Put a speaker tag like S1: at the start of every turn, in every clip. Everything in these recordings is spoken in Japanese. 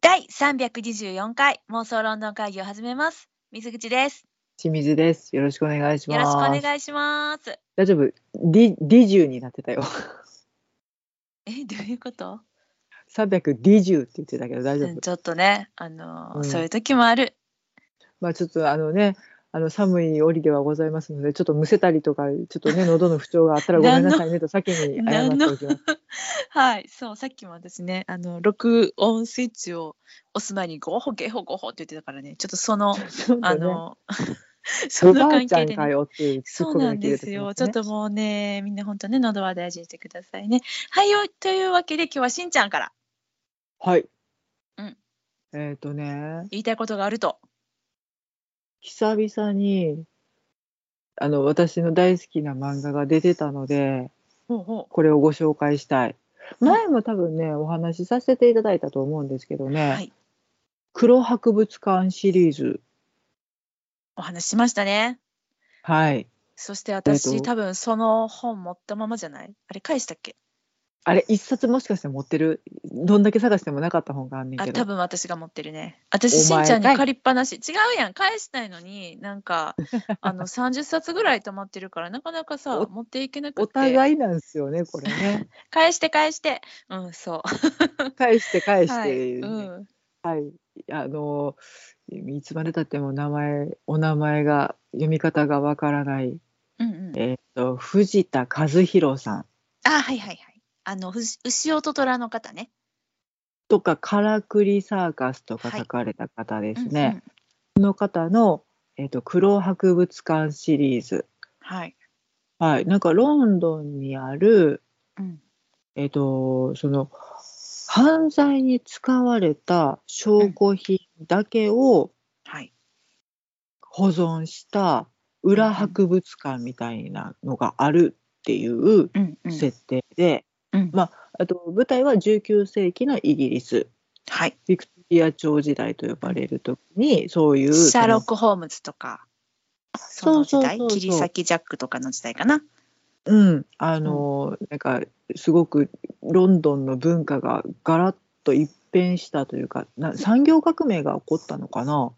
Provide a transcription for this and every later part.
S1: 第324回妄想ロンドン会議を始めます。水口です。
S2: 清水です。よろしくお願いし
S1: よ
S2: ます。
S1: ろしくお願いします。
S2: 大丈夫。D、D10 になってたよ。
S1: え、どういうこと、
S2: 320って言ってたけど大丈
S1: う
S2: 夫
S1: ん、。ちょっとね、あのー
S2: うん
S1: そういう時もある。
S2: まあちょっとあのね、あの寒い折ではございますので、ちょっとむせたりとか、ちょっとね、 喉の不調があったらごめんなさいねと先に謝っておきます。
S1: はい、そう、さっきも私ね、あの、録音スイッチを押す前に、ゴホゲホゴホって言ってたからね、ちょっとその、
S2: そうだ
S1: あ
S2: ね、
S1: の、そ
S2: お
S1: の
S2: ばあ
S1: 関
S2: ちゃ
S1: 係
S2: ん
S1: で、
S2: か
S1: ね。
S2: よっていうツ ッ
S1: そ
S2: コ
S1: う
S2: ミ
S1: な
S2: が
S1: ん
S2: 切れ
S1: です
S2: てし
S1: よ。
S2: まっ
S1: ち
S2: た
S1: ょ
S2: ね
S1: っともうね、みんな本当ね、喉は大事にしてくださいね。はいよ、というわけで今日はしんちゃんから
S2: はい。
S1: うん
S2: えっ、とね、
S1: 言いたいことがあると。
S2: 久々に、あの、私の大好きな漫画が出てたので、
S1: ほうほ
S2: これをご紹介したい。前も多分ね、お話しさせていただいたと思うんですけど
S1: う。
S2: ね、
S1: はい。
S2: 黒博物館シリーズ。
S1: お話ししましたね。
S2: はい。
S1: そして私、
S2: えっと
S1: 多分その本持ったままじゃないあれ返したっけ
S2: あれ、一冊もしかして持ってるどんだけ探してもなかった本があんねん
S1: あ
S2: け
S1: 多
S2: ど。
S1: 分私が持ってるね私
S2: お
S1: しん
S2: 前
S1: ちゃんに
S2: かい
S1: 借りっぱなし違うやん返したいのになん かあの30冊ぐらい溜まってるからなかなかさ
S2: お
S1: 持っていけなく
S2: お
S1: て
S2: 互いなんですよね、こ れね。
S1: 返して返してうんそう
S2: 返して返して、
S1: は、
S2: はいい
S1: うん、
S2: あの、いつまでたっても名前、お名前が、読み方がわからない、
S1: うんうん
S2: えっと、藤田和弘さん
S1: あはいはいはいあのふし牛音虎の方ね
S2: とか、からくりサーカスとか
S1: はい
S2: 書かれた方で
S1: うん
S2: す
S1: うん
S2: ね。この方の、えっと黒博物館シリーズ、
S1: はい、
S2: はい、なんかロンドンにある、
S1: うん、
S2: えっとその犯罪に使われた証拠品だけを
S1: はい
S2: 保存した裏博物館みたいなのがあるっていう
S1: うんうん
S2: 設定で、
S1: うん
S2: まあ、あと舞台は19世紀のイギリス
S1: はい
S2: ビクトリア朝時代と呼ばれる時にそういう
S1: シャーロッ
S2: その
S1: ク・ホームズとかその
S2: そう
S1: 時
S2: そう
S1: 代
S2: そうそう
S1: 切り裂きジャックとかの時代かな
S2: うん、あの、なんかすごくロンドンの文化がガラッと一変したというかな産業革命が起こったのかな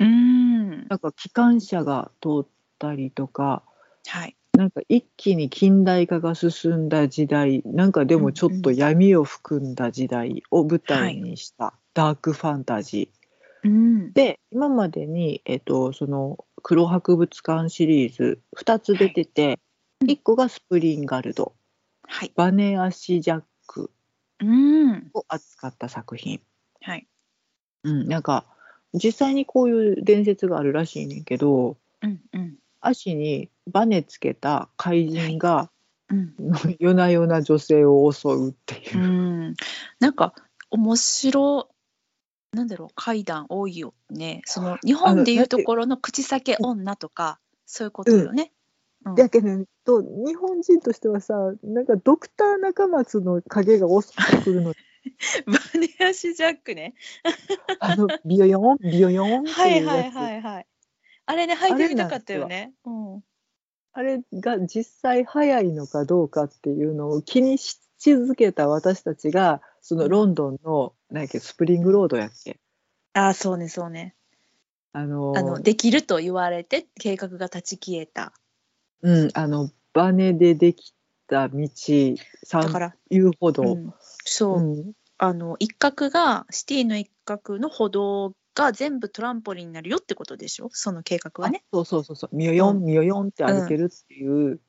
S1: うーん
S2: なんか機関車が通ったりとか
S1: はい
S2: なんか一気に近代化が進んだ時代なんかでもちょっと闇を含んだ時代を舞台にしたダークファンタジ
S1: う
S2: ー、
S1: ん
S2: で今までに、えっとその黒博物館シリーズ2つ出てて、
S1: うん
S2: 1個がスプリンガルド。
S1: はい。
S2: バネ足ジャック
S1: うん。
S2: を扱った作品、
S1: はい。
S2: うん、なんか実際にこういう伝説があるらしいねんけど
S1: うんうん。
S2: 足にバネつけた怪人が
S1: うん。
S2: 夜な夜な女性を襲うっていうう、
S1: ん。なんか、面白、なんだろう、階段多いよね。その、日本でいうところの口裂け女とか、そういうことよね。うん
S2: だけど日本人としてはさなんかドクター中松の影が襲ってくるの
S1: バネ足ジャックね。
S2: あのビヨヨンビヨヨンって
S1: はいいうはい
S2: やつ、
S1: はいはい。あれね、履いてみたかったよね。うん。
S2: あれが実際早いのかどうかっていうのを気にし続けた私たちがそのロンドンの何やっけスプリングロードやっけ
S1: ああ、そうね、そうね。
S2: あの
S1: あの、できると言われて、計画が断ち切れた。
S2: うん、あのバネでできた道
S1: だか
S2: 3
S1: ら、
S2: 遊歩
S1: う
S2: 道、
S1: ん、そうう、
S2: ん
S1: あの一角がシティの一角の歩道が全部トランポリンになるよってことでしょその計画はね
S2: そうそうそうそうミヨヨ
S1: うん
S2: ンミヨヨンって歩けるっていう、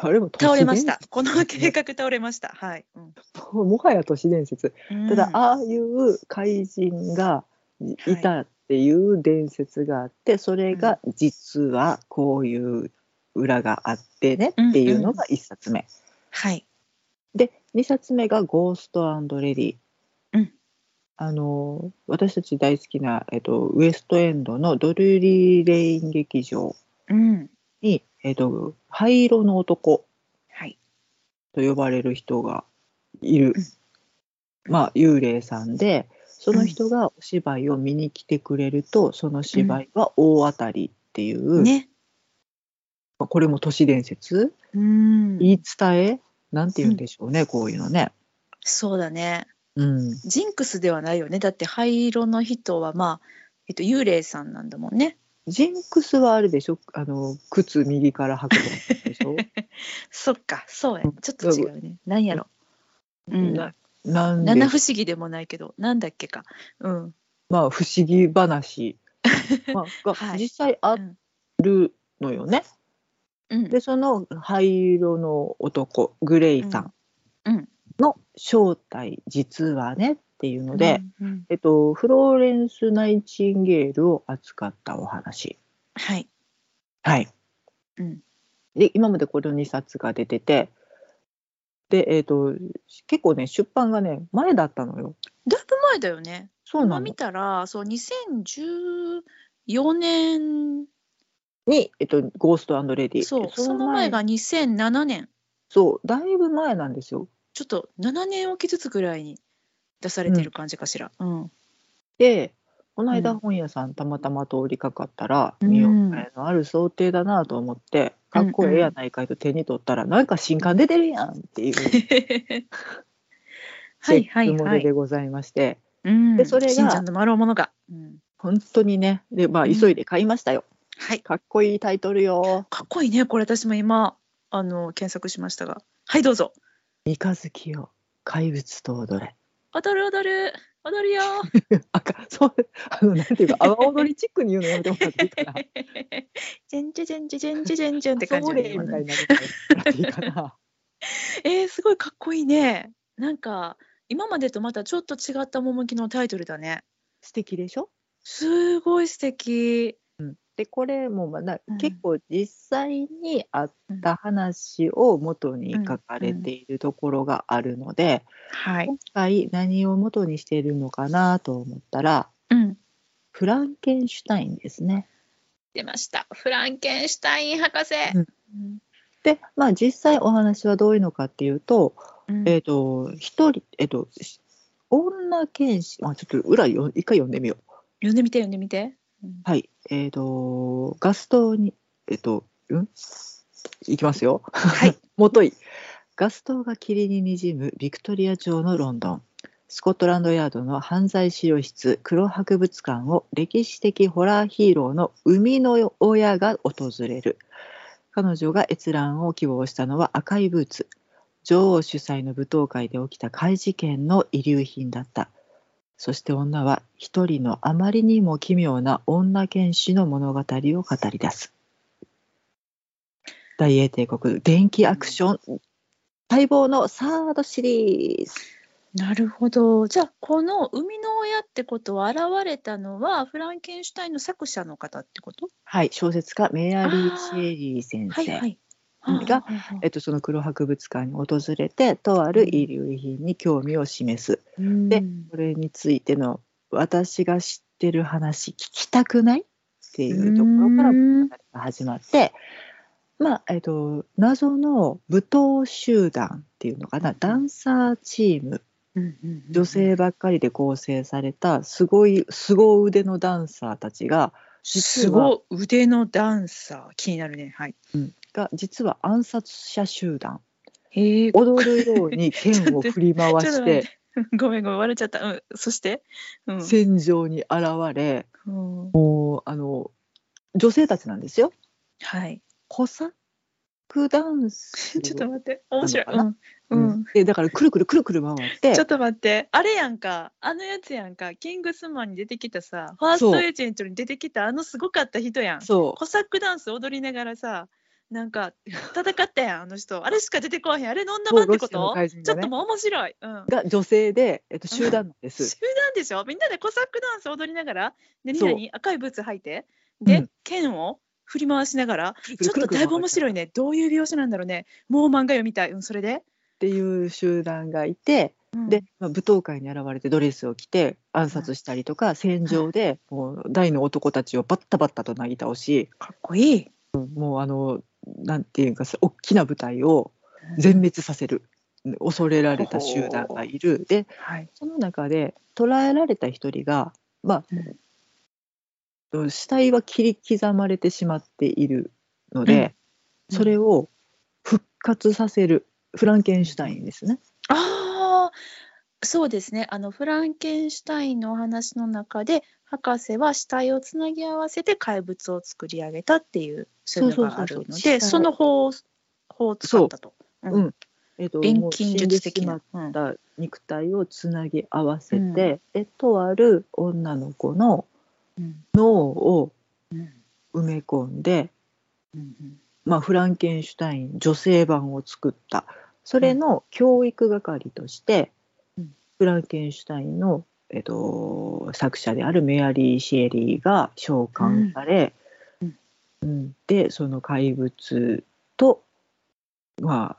S2: あれも都市
S1: 倒れま
S2: 伝
S1: し
S2: 説
S1: たこの計画倒れましたはい、うん
S2: もはや都市伝説ただ、
S1: あ
S2: ああいう怪人がいいたっていう伝説があって、それが実はこういう裏があってねっていうのが1冊目、
S1: はい
S2: で2冊目が「ゴーストレディ」
S1: うん
S2: あの私たち大好きな、えっと、ウエストエンドのドルーリー・レイン劇場
S1: うん
S2: に、えっと、灰色の男
S1: はい
S2: と呼ばれる人がいる、まあ、幽霊さんでその人がお芝居を見に来てくれるとその芝居は大当たりっていう、
S1: ね
S2: まあこれも都市伝説
S1: うん
S2: 言い伝えなんて言うんでしょうね、こういうのね。
S1: そうだね
S2: うん、
S1: ジンクスではないよねだって灰色の人はまあ、えっと、幽霊さんなんだもんね
S2: ジンクスはあれでしょあの靴右から履くので しょ、
S1: そっかそうやねちょっと違うねなんやろ、うん、
S2: ななんで
S1: 七不思議でもないけどなんだっけかうん
S2: まあ不思議 話、まあ、が
S1: はい
S2: 実際あ
S1: うん
S2: るのよね。
S1: うん
S2: でその灰色の男グレイさん
S1: うんうん
S2: の正体実はねっていうので、
S1: うんうん
S2: えっと、フローレンス・ナイチンゲールを扱ったお話。
S1: はい
S2: はい
S1: うん
S2: で今までこの2冊が出ててで、えっと、結構ね出版がね前だったのよ。
S1: だいぶ前だよね
S2: そうな
S1: 今
S2: の
S1: 見たらそう2014年
S2: に、えっと、ゴーストレディ
S1: そうその前が2007年
S2: そうだいぶ前なんですよ。
S1: ちょっと7年置きずつぐらいに出されてる感じかしらうん
S2: でこの
S1: う
S2: 間
S1: ん
S2: 本屋さんたまたま通りかかったら、
S1: うん
S2: 見ようえのある想定だなと思ってかっこええやないかいと手に取ったら、なんか新刊出てるやんっていう
S1: はいはい
S2: モ
S1: は
S2: デ
S1: い
S2: でございまして、
S1: うん
S2: でそれが
S1: しんちゃんの回ろうものが、うん、
S2: 本当にねで、まあ、
S1: うん
S2: 急いで買いましたよ、
S1: はい
S2: かっこいいタイトルよ
S1: かっこいいねこれ私も今あの検索しましたがはいどうぞ
S2: 「三日月よ怪物と踊れ
S1: 踊る踊る踊るよ」
S2: あかそうあのなんていうか阿波踊りチックに言うのやめてもらっていい かな
S1: ジェンジェジェンジェジェンジェジェンジェンって感じ
S2: そう
S1: で
S2: れ
S1: 今
S2: みたい
S1: ね
S2: になるからい いかな
S1: えー、すごいかっこいいねなんか今までとまたちょっと違った趣のタイトルだね
S2: 素敵でしょ
S1: すごい素敵
S2: でこれもまあな
S1: うん
S2: 結構実際にあった話を元に書かれているところがあるので、
S1: はい
S2: 今回何を元にしているのかなと思ったら
S1: うん
S2: フランケンシュタインですね。
S1: 出ましたフランケンシュタイン博士、
S2: うんで、まあ、実際お話はどういうのかっていうと,、
S1: うん
S2: えー、と一人、えー、とし女剣士あちょっと裏よ一回読んでみよう。
S1: 読んでみて読んでみて
S2: はいえー、とガストにえっ、とうんいきますよ。
S1: はい
S2: もといガス灯が霧ににじむビクトリア朝のロンドンスコットランドヤードの犯罪資料室黒博物館を歴史的ホラーヒーローの生みの親が訪れる彼女が閲覧を希望したのは赤いブーツ女王主催の舞踏会で起きた怪事件の遺留品だったそして女は一人のあまりにも奇妙な女剣士の物語を語り出す大英帝国電気アクション待望のサードシリーズ
S1: なるほどじゃあこの生みの親ってことは現れたのはフランケンシュタインの作者の方ってこと
S2: はい小説家メアリー・シエリー先生
S1: はいはい
S2: うんが
S1: はいはい
S2: えっと、その黒博物館に訪れてとある遺留品に興味を示す
S1: うん
S2: でこれについての私が知ってる話聞きたくないっていうところから
S1: うん
S2: 始まって、まあえっと、謎の舞踏集団っていうのかなダンサーチーム女性ばっかりで構成されたすごい凄腕のダンサーたちが
S1: すごい腕のダンサー気になるねはい
S2: が実は暗殺者集団
S1: へえ
S2: 踊るように剣を振り回
S1: ちょっと
S2: し
S1: 待っててごめんごめん割れちゃったうんそしてうん
S2: 戦場に現れ
S1: うん
S2: もうあの女性たちなんですよ。
S1: はい
S2: コサックダンス
S1: ちょっと待って面白い
S2: なの
S1: う
S2: うんん
S1: うん
S2: でだからくるくるくるくる回って
S1: ちょっと待ってあれやんかあのやつやんかキングスマンに出てきたさファース
S2: そ
S1: ト
S2: う
S1: エージェントに出てきたあのすごかった人やん
S2: そ
S1: コサックダンス踊りながらさなんか戦ったやんあの人あれしか出てこわへんあれの女
S2: うも
S1: 版
S2: う
S1: って
S2: ロ
S1: こ
S2: シアの
S1: と、
S2: 怪人
S1: ちょ
S2: が
S1: っと
S2: ね
S1: もう面白い、うん、
S2: が女性で、えっと、集団なんで
S1: 集
S2: す。
S1: 団でしょみんなでコサックダンス踊りながら何
S2: そう
S1: 々赤いブーツ履いてで、
S2: うん
S1: 剣を振り回しながら
S2: ち
S1: ちょっとだいぶ面白い
S2: っ
S1: ねどういう描写なんだろうねもう漫画読みたい、うん、それで、
S2: ていう集団がいて
S1: うん
S2: で、まあ、舞踏会に現れてドレスを着て暗殺したりとか戦場でもう大の男たちをバッタバッタとなぎ倒し
S1: かっこいい
S2: もうあのなんていうかさ大きな舞台を全滅させる恐れられた集団がいるで
S1: はい、
S2: その中で捕らえられた一人が、ま
S1: うん
S2: あ、死体は切り刻まれてしまっているので、
S1: うん
S2: それを復活させるフランケンシュタインですね。
S1: あーそうですねあのフランケンシュタインのお話の中で博士は死体をつなぎ合わせて怪物を作り上げたっていうそういうのがあるの
S2: そうそうそう
S1: でその方を法を使ったと。
S2: う
S1: うん
S2: んえっと
S1: 錬
S2: もう
S1: 金
S2: 死んで
S1: 術
S2: し
S1: 的
S2: まっ
S1: な。うん
S2: た肉体をつなぎ合わせて、
S1: うん
S2: でとある女の子の
S1: うん
S2: 脳を
S1: うん
S2: 埋め込んで、
S1: うん
S2: まあ、フランケンシュタイン女性版を作ったそれの教育係として、
S1: うん
S2: フランケンシュタインの、えっと、作者であるメアリー・シエリーが召喚され、
S1: うん
S2: うんでその怪物と、まあ、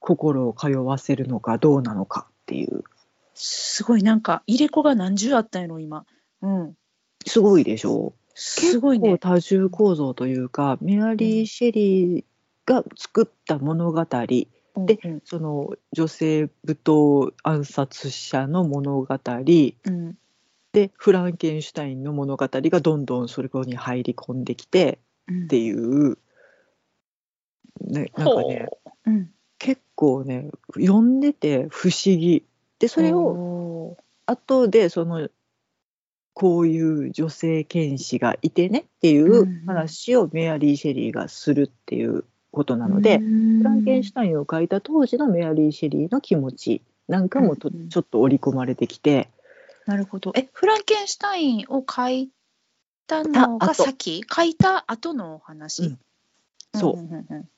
S2: 心を通わせるのかどうなのかっていう
S1: すごいなんか入れ子が何十あったんやろ今。うん、
S2: すごいでしょ
S1: すごいね
S2: 結。構多重構造というかメアリー・シェリーが作った物語、で
S1: うん
S2: その女性武闘暗殺者の物語で
S1: うん
S2: フランケンシュタインの物語がどんどんそれこに入り込んできて
S1: うん、
S2: っていう、ね、なんかね
S1: ほう、うん、
S2: 結構ね読んでて不思議でそれを
S1: を
S2: 後でそのこういう女性剣士がいてねってい
S1: うんう
S2: うん話をメアリー・シェリーがするっていうことなので、フランケンシュタインを書いた当時のメアリー・シェリーの気持ちなんかもと、
S1: うんうん
S2: ちょっと織り込まれてきて
S1: なるほど。え、フランケンシュタインを書いたの
S2: た
S1: が
S2: 後
S1: 先、書いた後のお話。
S2: うんそうん
S1: んうん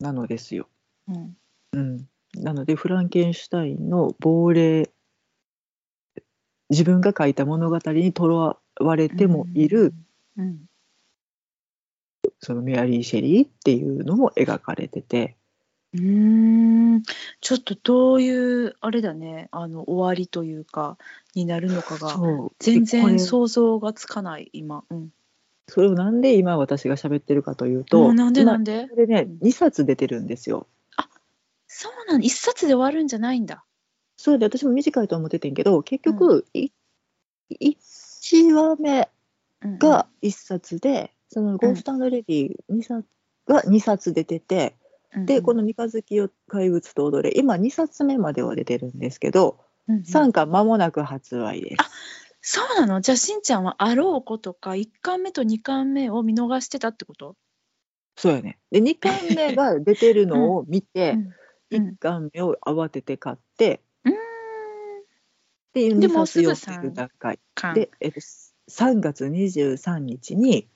S2: なのですよ。
S1: うんうん
S2: うん、なのでフランケンシュタインの亡霊自分が書いた物語にとらわれてもいる、。
S1: うん
S2: そのメアリー・シェリーっていうのも描かれてて
S1: うーん、ちょっとどういうあれだね、あの終わりというかになるのかが
S2: そう
S1: 全
S2: これ
S1: 然想像がつかない今。うん。
S2: それをなんで今私が喋ってるかというと、
S1: うんなんで
S2: 今
S1: なんで？
S2: これね
S1: うん
S2: 2冊出てるんですよ。
S1: そうなん、一冊で終わるんじゃないんだ。
S2: それで私も短いと思っててんけど結局、い1話目
S1: うんうん
S2: が、1冊で、その「ゴ
S1: う
S2: ー
S1: ん
S2: ストレディ2冊」が2冊出てて、
S1: うんうん
S2: でこの「三日月よ怪物と踊れ」今2冊目までは出てるんですけど
S1: うんうん
S2: 3巻間もなく発売です。
S1: そうなの？じゃあしんちゃんはあろうことか一巻目と二巻目を見逃してたってこと？
S2: そうよねで2巻目が出てるのを見て、
S1: うんうん
S2: 1巻目を慌てて買って
S1: うーんで
S2: で2
S1: もうす
S2: 冊
S1: ぐ
S2: 読んでる段階
S1: 巻。
S2: で、えっと、3月23日に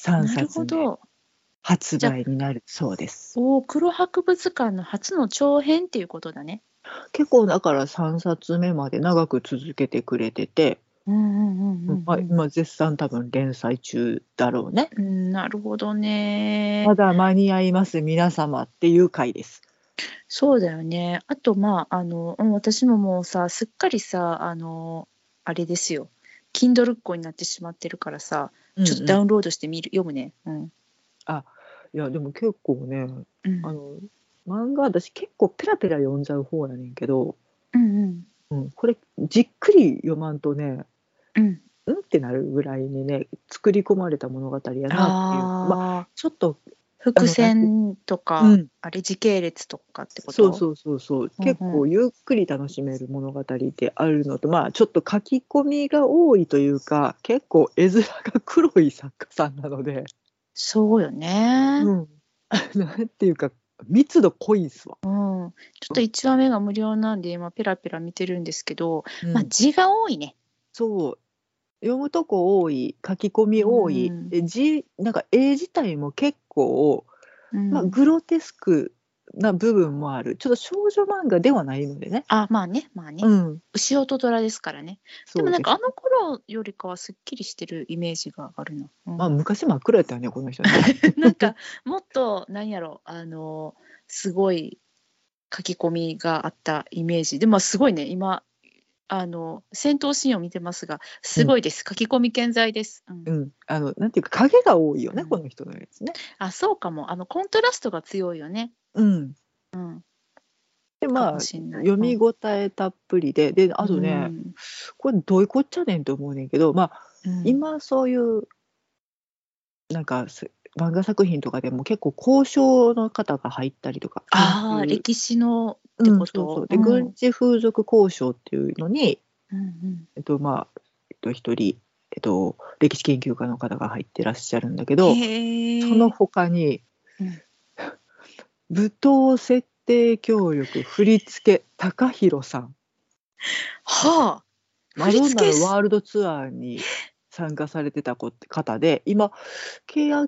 S2: 3
S1: なる
S2: 冊
S1: ほ
S2: 目
S1: ど。
S2: 発売になるそうです。
S1: おお、黒博物館の初の長編っていうことだね。
S2: 結構だから3冊目まで長く続けてくれてて、
S1: うんうんうん
S2: まあ、今絶賛多分連載中だろうね。
S1: うん。なるほどね
S2: ま。だ間に合います皆様っていう回です。
S1: そうだよね。あとまああの、うん、私ももうさすっかりさあのあれですよ。Kindle っ子になってしまってるからさ、ちょっとダ
S2: うんう
S1: ウン
S2: ん
S1: ロードしてみる、読むね。うん。
S2: いやでも結構ね
S1: うん
S2: あの漫画私結構ペラペラ読んじゃう方やねんけど、
S1: うんうん
S2: うん、これじっくり読まんとね
S1: うん。
S2: うんってなるぐらいにね作り込まれた物語やなってい
S1: あ
S2: うまあ、
S1: あ、
S2: ちょっと、
S1: 伏線とか、
S2: うん
S1: あれ時系列とかってこと
S2: そうそうそうそう
S1: うん
S2: 結構ゆっくり楽しめる物語であるのと、まあちょっと書き込みが多いというか結構絵面が黒い作家さんなので、
S1: そうよね。
S2: うん、 なんていうか密度濃いんすわ。
S1: うん、ちょっと1話目が無料なんで今ペラペラ見てるんですけど、ま
S2: ま
S1: あ
S2: あ
S1: 字が多いね。
S2: そう読むとこ多い書き込み多い、
S1: うん
S2: で字なんか絵自体も結構
S1: うん
S2: まあ、グロテスクな部分もあるちょっと少女漫画ではないのでね。
S1: あまあねまあね、
S2: うん、
S1: 牛音虎ですからね
S2: そ
S1: で
S2: う
S1: も
S2: で
S1: なんか
S2: す
S1: あの頃よりかはすっきりしてるイメージがあるな、うん
S2: まあ、昔真っ暗やったよねこの人ね。
S1: なんかもっとなんやろあのすごい書き込みがあったイメージでまあすごいね今あの戦闘シーンを見てますがすごいです、書き込み健在です、うん
S2: うん、あのなんていうか影が多いよね、
S1: うん
S2: この人のやつね。
S1: あそうかもあのコントラストが強いよね
S2: うん、
S1: うん
S2: で
S1: か
S2: まあ
S1: もしんない
S2: 読み応えたっぷりでであとね、
S1: うん
S2: これどういうこっちゃねんと思うねんけど、まあ、
S1: うん
S2: 今そういうなんかす漫画作品とかでも結構交渉の方が入ったりとか
S1: ああ
S2: うん
S1: 歴史のて
S2: うん
S1: こ
S2: そ
S1: と
S2: うそうで
S1: うん
S2: 軍事風俗交渉っていうのに、
S1: うんうん
S2: えっとまあえっと、一人、えっと、歴史研究家の方が入ってらっしゃるんだけど、
S1: へえ
S2: その他に、
S1: うん
S2: 舞踏設定協力振付高弘さん
S1: はあ
S2: マドンナ
S1: 付け
S2: のワールドツアーに参加されてた子って方で今欅の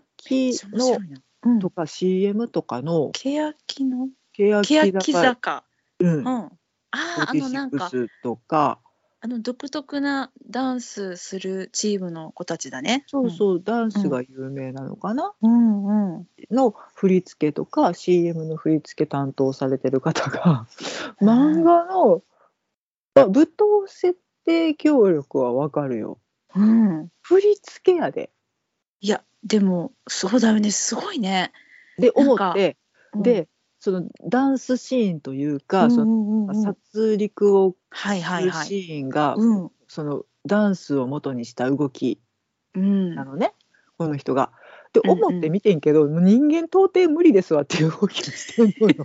S1: うん
S2: とか CM とかの
S1: 欅の
S2: 欅
S1: 欅
S2: 坂
S1: 坂、
S2: うん
S1: うん、あああのなんか
S2: 46とか
S1: あの独特なダンスするチームの子たちだね
S2: そうそうダンスが有名なのかな、
S1: うん、うんうん
S2: の振り付けとか CM の振り付け担当されてる方が漫画の、まあ、舞踏設定協力はわかるよ
S1: うん
S2: 振り付けやで
S1: いやでもそうだよねすごいね、
S2: で
S1: な
S2: 思
S1: んか
S2: って、
S1: うん、
S2: でそのダンスシーンという
S1: う
S2: か、
S1: んう
S2: その
S1: んうんうん
S2: 殺戮を
S1: はい
S2: す
S1: はい
S2: る
S1: はい
S2: シーンが、
S1: うん
S2: そのダンスを元にした動き
S1: うん
S2: なのね、この人が。で
S1: うんうん
S2: 思って見てんけど、もう人間到底無理ですわっていう動きをしてるのよ。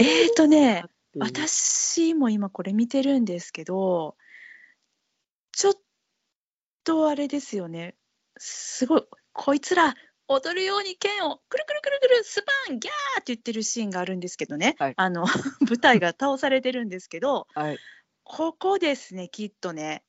S1: えーとね
S2: って いう
S1: 私も今これ見てるんですけどちょっとあれですよねすごいこいつら踊るように剣をくるくるくるくるスパンギャーって言ってるシーンがあるんですけどね、
S2: はい
S1: あの 舞台が倒されてるんですけど
S2: はい
S1: ここですねきっとね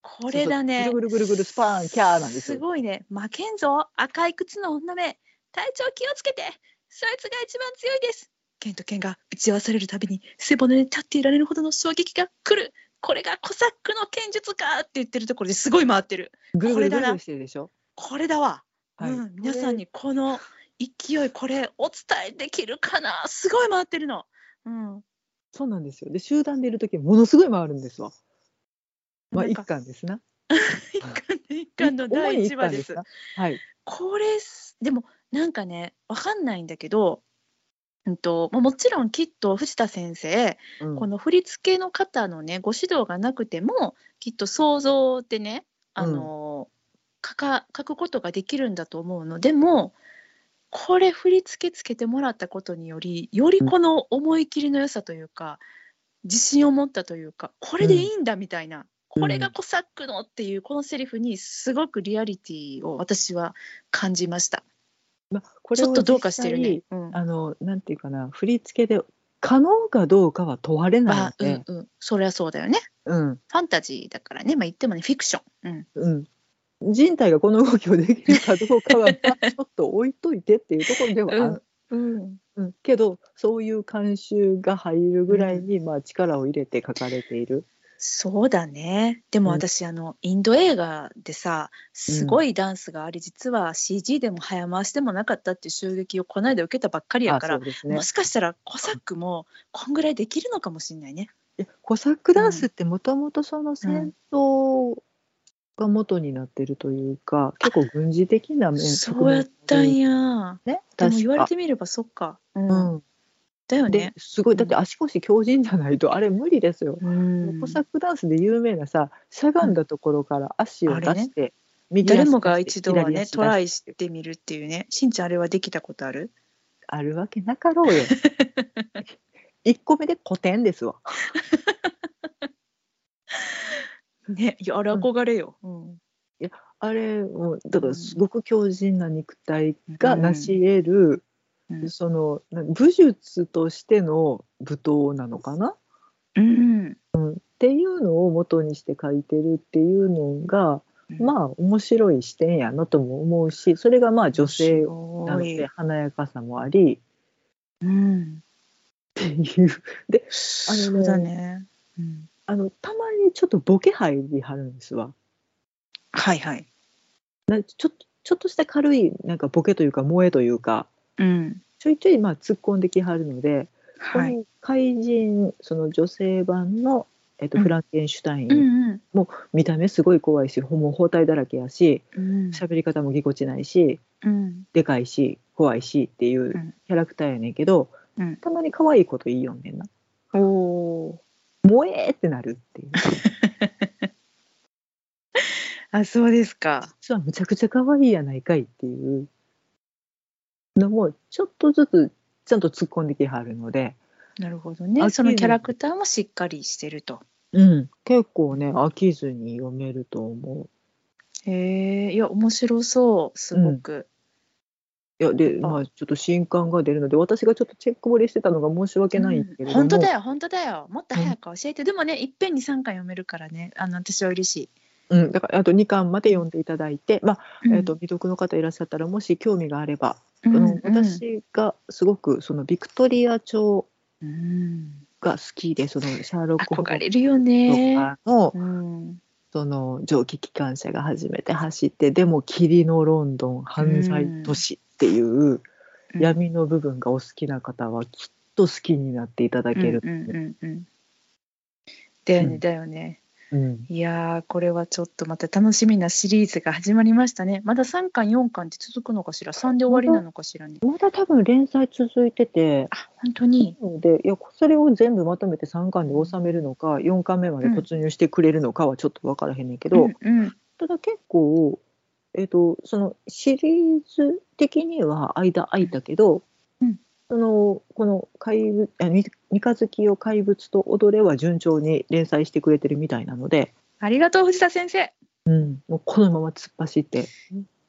S1: こ
S2: こ
S1: れだね
S2: ぐるぐるぐるぐるスパーンキャーなんです
S1: す
S2: よ。
S1: ごいね負けんぞ赤い靴の女め体調気をつけてそいつが一番強いです剣と剣が打ち合わされるたびに背骨に立っていられるほどの衝撃が来るこれがコサックの剣術かって言ってるところですごい回ってる
S2: ぐる
S1: こ
S2: ぐるぐ
S1: れ
S2: る
S1: だ
S2: ぐ
S1: な
S2: るしてるでしょ。
S1: これだわ、
S2: はい
S1: うん、皆さんにこの勢いこれお伝えできるかなすごい回ってるのうん
S2: そうなんですよ。で集団でいる時ものすごい回るんですわ。まあ
S1: なん
S2: 一
S1: か
S2: 巻ですな。
S1: 一巻の一巻の第1話です
S2: 主に一巻な。はい。
S1: これすでもなんかねわかんないんだけど、うんとまあもちろんきっと藤田先生、
S2: うん
S1: この振り付けの方のねご指導がなくてもきっと想像でねあの、書か書くことができるんだと思うのでもこれ振り付けつけてもらったことによりよりこの思い切りの良さというか自信を持ったというかこれでいいんだみたいな、これがコサックのっていうこのセリフにすごくリアリティを私は感じました。
S2: まあこ
S1: ち
S2: れを
S1: ょっとどうかしてるね
S2: 実。
S1: うん
S2: 際。あのなんていうかな振り付けで可能かどうかは問われな
S1: あ
S2: いの
S1: う
S2: で
S1: ん、うん、そりゃそうだよね。
S2: うん
S1: ファンタジーだからね、まあ、言ってもね、フィクション。うん、
S2: うん。人体がこの動きをできるかどう かはまあちょっと置いといてっていうところではある、
S1: うん、
S2: うんけどそういう慣習が入るぐらいに、まあ力を入れて書かれている。
S1: そうだね。でも
S2: うん
S1: 私、あのインド映画でさ、すごいダンスがあり、実は CG でも早回しでもなかったっていう襲撃をこの間受けたばっかりや
S2: あ
S1: か
S2: そ
S1: ら、
S2: うですね
S1: も。しかしたらコサックもこんぐらいできるのかもしれないね。
S2: いやコサックダンスってもともとその戦闘が元になってるというか、結構軍事的な面
S1: そうやったん
S2: や
S1: や。
S2: ね
S1: でも
S2: 確
S1: 言われ
S2: か
S1: てみればそっか。う、
S2: うんん
S1: だよ
S2: で
S1: ね。
S2: すごいだって足腰強靭じゃないとあれ無理ですよ、
S1: うん
S2: コサックダンスで有名なさしゃがんだところから足を出
S1: あれね
S2: して、右足
S1: 誰もが
S2: 出して
S1: 一度は
S2: 左
S1: ね
S2: 足出
S1: トラ
S2: して
S1: イしてみるっていうねしんちゃんあれはできたことある
S2: あるわけなかろうよ 一個目で古典ですわ
S1: ねいやあれ憧れよ、うん
S2: あれもだからすごく強靭な肉体が成し得る、
S1: うん
S2: そのな武術としての舞踏なのかなっ
S1: うん
S2: ていうのを元にして書いてるっていうのが、
S1: あ
S2: まあ面白い視点やなとも思うしそれがまあ女性なので
S1: い、
S2: 華やかさもあり
S1: うん、
S2: っていう であ
S1: そ
S2: のね
S1: うだね、うん、
S2: あのたまにちょっとボケ入りはるんですわ
S1: はいはい、
S2: なちょっとちょっとした軽いなんかボケというか萌えというか
S1: うん
S2: ちょいちょいまあ突っ込んできはるので、
S1: は
S2: こ
S1: い
S2: の怪人その女性版の、えっと
S1: うん
S2: フランケンシュタイン、
S1: うんうん
S2: 見た目すごい怖いしほんま包帯だらけやし
S1: うん
S2: 喋り方もぎこちないし
S1: うん
S2: でかいし怖いしってい
S1: うん
S2: うキャラクターやねんけど、
S1: うん
S2: たまに可愛いこと言いよんねんな
S1: おお
S2: 萌えってなるっていう
S1: あそうですか
S2: 実はむちゃくちゃ可愛いやないかいっていうのもちょっとずつちゃんと突っ込んできはるので、
S1: なるほど
S2: 飽きる
S1: ね。そのキャラクターもしっかりしてると。
S2: うん、結構ね飽きずに読めると思
S1: へえ、いや、面白そう、すごく。
S2: う。いやでまあちょっと新刊が出るので私がちょっとチェック漏れしてたのが申し訳ないんですけれども、
S1: 本当だよ、本当だよ。もっと早く教えて。でもね、いっぺんに3回読めるからね、あの私は嬉しい。
S2: うん、だからあと2巻まで読んでいただいて、まあえー、と
S1: うん、
S2: 未読の方いらっしゃったらもし興味があれば、
S1: う
S2: あ
S1: ん
S2: の、私がすごくそのビクトリア朝
S1: うん、
S2: が好きでそのシャーロック・ホー
S1: 憧
S2: ムズ
S1: れるよ
S2: と
S1: ね。
S2: かの
S1: うん、
S2: その蒸気機関車が初めて走ってでも霧のロンドン犯罪都市っていう闇の部分がお好きな方はきっと好きになっていただける。
S1: うんうんうんうんだよ
S2: う
S1: ね
S2: ん
S1: だよね、
S2: うん
S1: いやーこれはちょっとまた楽しみなシリーズが始まりましたねまだ3巻4巻って続くのかしら3で終わりなのかしらね
S2: まだ多分連載続いてて
S1: あ本当に
S2: なのでいやそれを全部まとめて3巻で収めるのか4巻目まで突入してくれるのかはちょっと分からへんねんけど、
S1: うんうん
S2: ただ結構、えっとそのシリーズ的には間空いたけど、
S1: うん
S2: そのこの怪物あみ「三日月を怪物と踊れ」は順調に連載してくれてるみたいなので、
S1: ありがとう藤田先生
S2: うん、もうこのまま突っ走って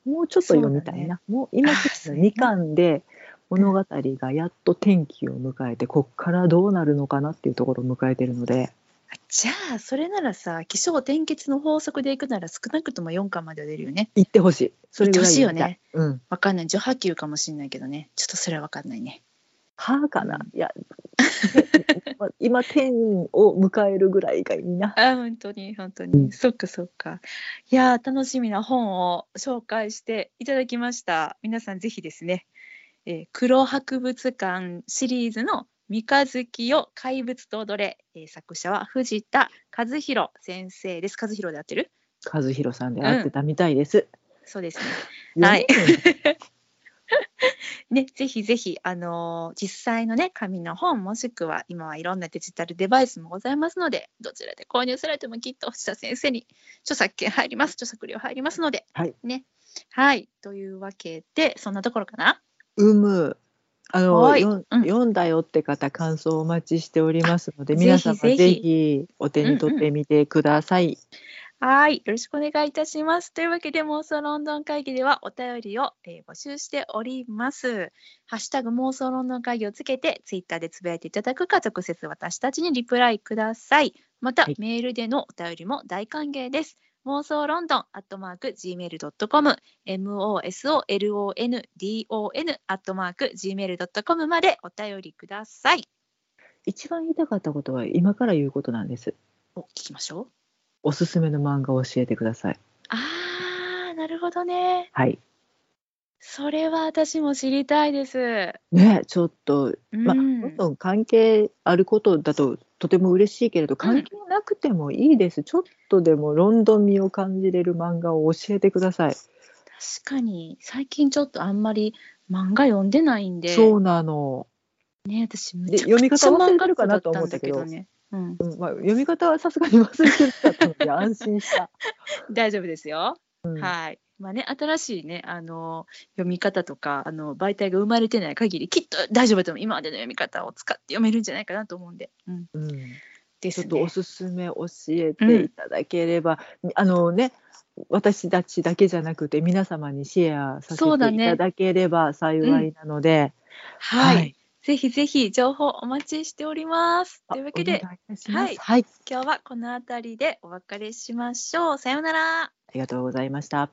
S2: もうちょっと読みたい
S1: そう
S2: な、
S1: だ
S2: もう今
S1: あー
S2: ち
S1: そ
S2: ょっ
S1: うや
S2: と
S1: ね
S2: 2巻で物語がやっと転機を迎えてこっからどうなるのかなっていうところを迎えてるので。
S1: あじゃあそれならさ起承転結の法則でいくなら少なくとも4巻までは出るよね
S2: 行ってほしい。それぐらい読みた
S1: 行って
S2: うん。
S1: わかんない序波球かもしんないけどねちょっとそれはわかんないね
S2: はかな。いや、ま 今天を迎えるぐらいがいいな。
S1: あ本当に本当に、
S2: うん
S1: そっかそっかいやー楽しみな本を紹介していただきました皆さんぜひですね、えー黒博物館シリーズの三日月よ怪物と踊れ、えー作者は藤田和弘先生です和弘で合ってる
S2: 和弘さんで会ってたみたいです。
S1: そうですねはい
S2: 読める
S1: ね、ぜひぜひ、あのー実際のね、紙の本、もしくは今はいろんなデジタルデバイスもございますので、どちらで購入されてもきっと藤田先生に著作権入ります、著作料入りますので、
S2: はい
S1: ね。はい、というわけで、そんなところかな。
S2: うむ。あの、
S1: はい
S2: よん
S1: うん
S2: 読んだよって方、感想をお待ちしておりますので、
S1: ぜひ
S2: 皆様
S1: ぜひ
S2: ぜひお手に取ってみてください。
S1: はい、よろしくお願いいたします。というわけで、妄想ロンドン会議ではお便りを、えー募集しております。ハッシュタグ妄想ロンドン会議をつけて、ツイッターでつぶやいていただくか、直接私たちにリプライください。また、
S2: はい
S1: メールでのお便りも大歓迎です。妄想ロンドンアットマーク Gmail.com、MOSOLONDON アットマーク Gmail.com までお便りください。
S2: 一番言いたかったことは、今から言うことなんです。
S1: お、聞きましょう。
S2: おすすめの漫画を教えてください。
S1: あー、なるほどね。
S2: はい。
S1: それは私も知りたいです。
S2: ね、ちょっと、ま
S1: う
S2: あ、ど
S1: ん
S2: んどん関係あることだととても嬉しいけれど関係なくてもいいです、ちょっとでもロンドン味を感じれる漫画を教えてください、
S1: 確かに最近ちょっとあんまり漫画読んでないんで
S2: そうなの、
S1: ね私め
S2: で
S1: ちゃくちゃ
S2: 読み方忘れ
S1: 漫
S2: て
S1: 画
S2: るか
S1: 力だ
S2: な
S1: っ
S2: と
S1: た
S2: 思っ
S1: ん
S2: た
S1: だ
S2: け
S1: け
S2: ど
S1: どね、うん、
S2: うんまあ、読み方はさすがに忘れてたので安心した、
S1: 大丈夫ですよ、
S2: うん
S1: はいまあね新しいねあの読み方とかあの媒体が生まれてない限りきっと大丈夫だと思う今までの読み方を使って読めるんじゃないかなと思うんで、うん、
S2: うん
S1: で
S2: ちょ
S1: す
S2: っ
S1: ね
S2: とおすすめ教えていただければ、あのね私たちだけじゃなくて皆様にシェアさせ
S1: そうだ
S2: てい
S1: ね
S2: ただければ幸いなので、
S1: はい、ぜひぜひ情報お待ちしておりますというわけで
S2: お願いいたします
S1: はい
S2: はい、
S1: 今日はこの辺りでお別れしましょうさようなら
S2: ありがとうございました。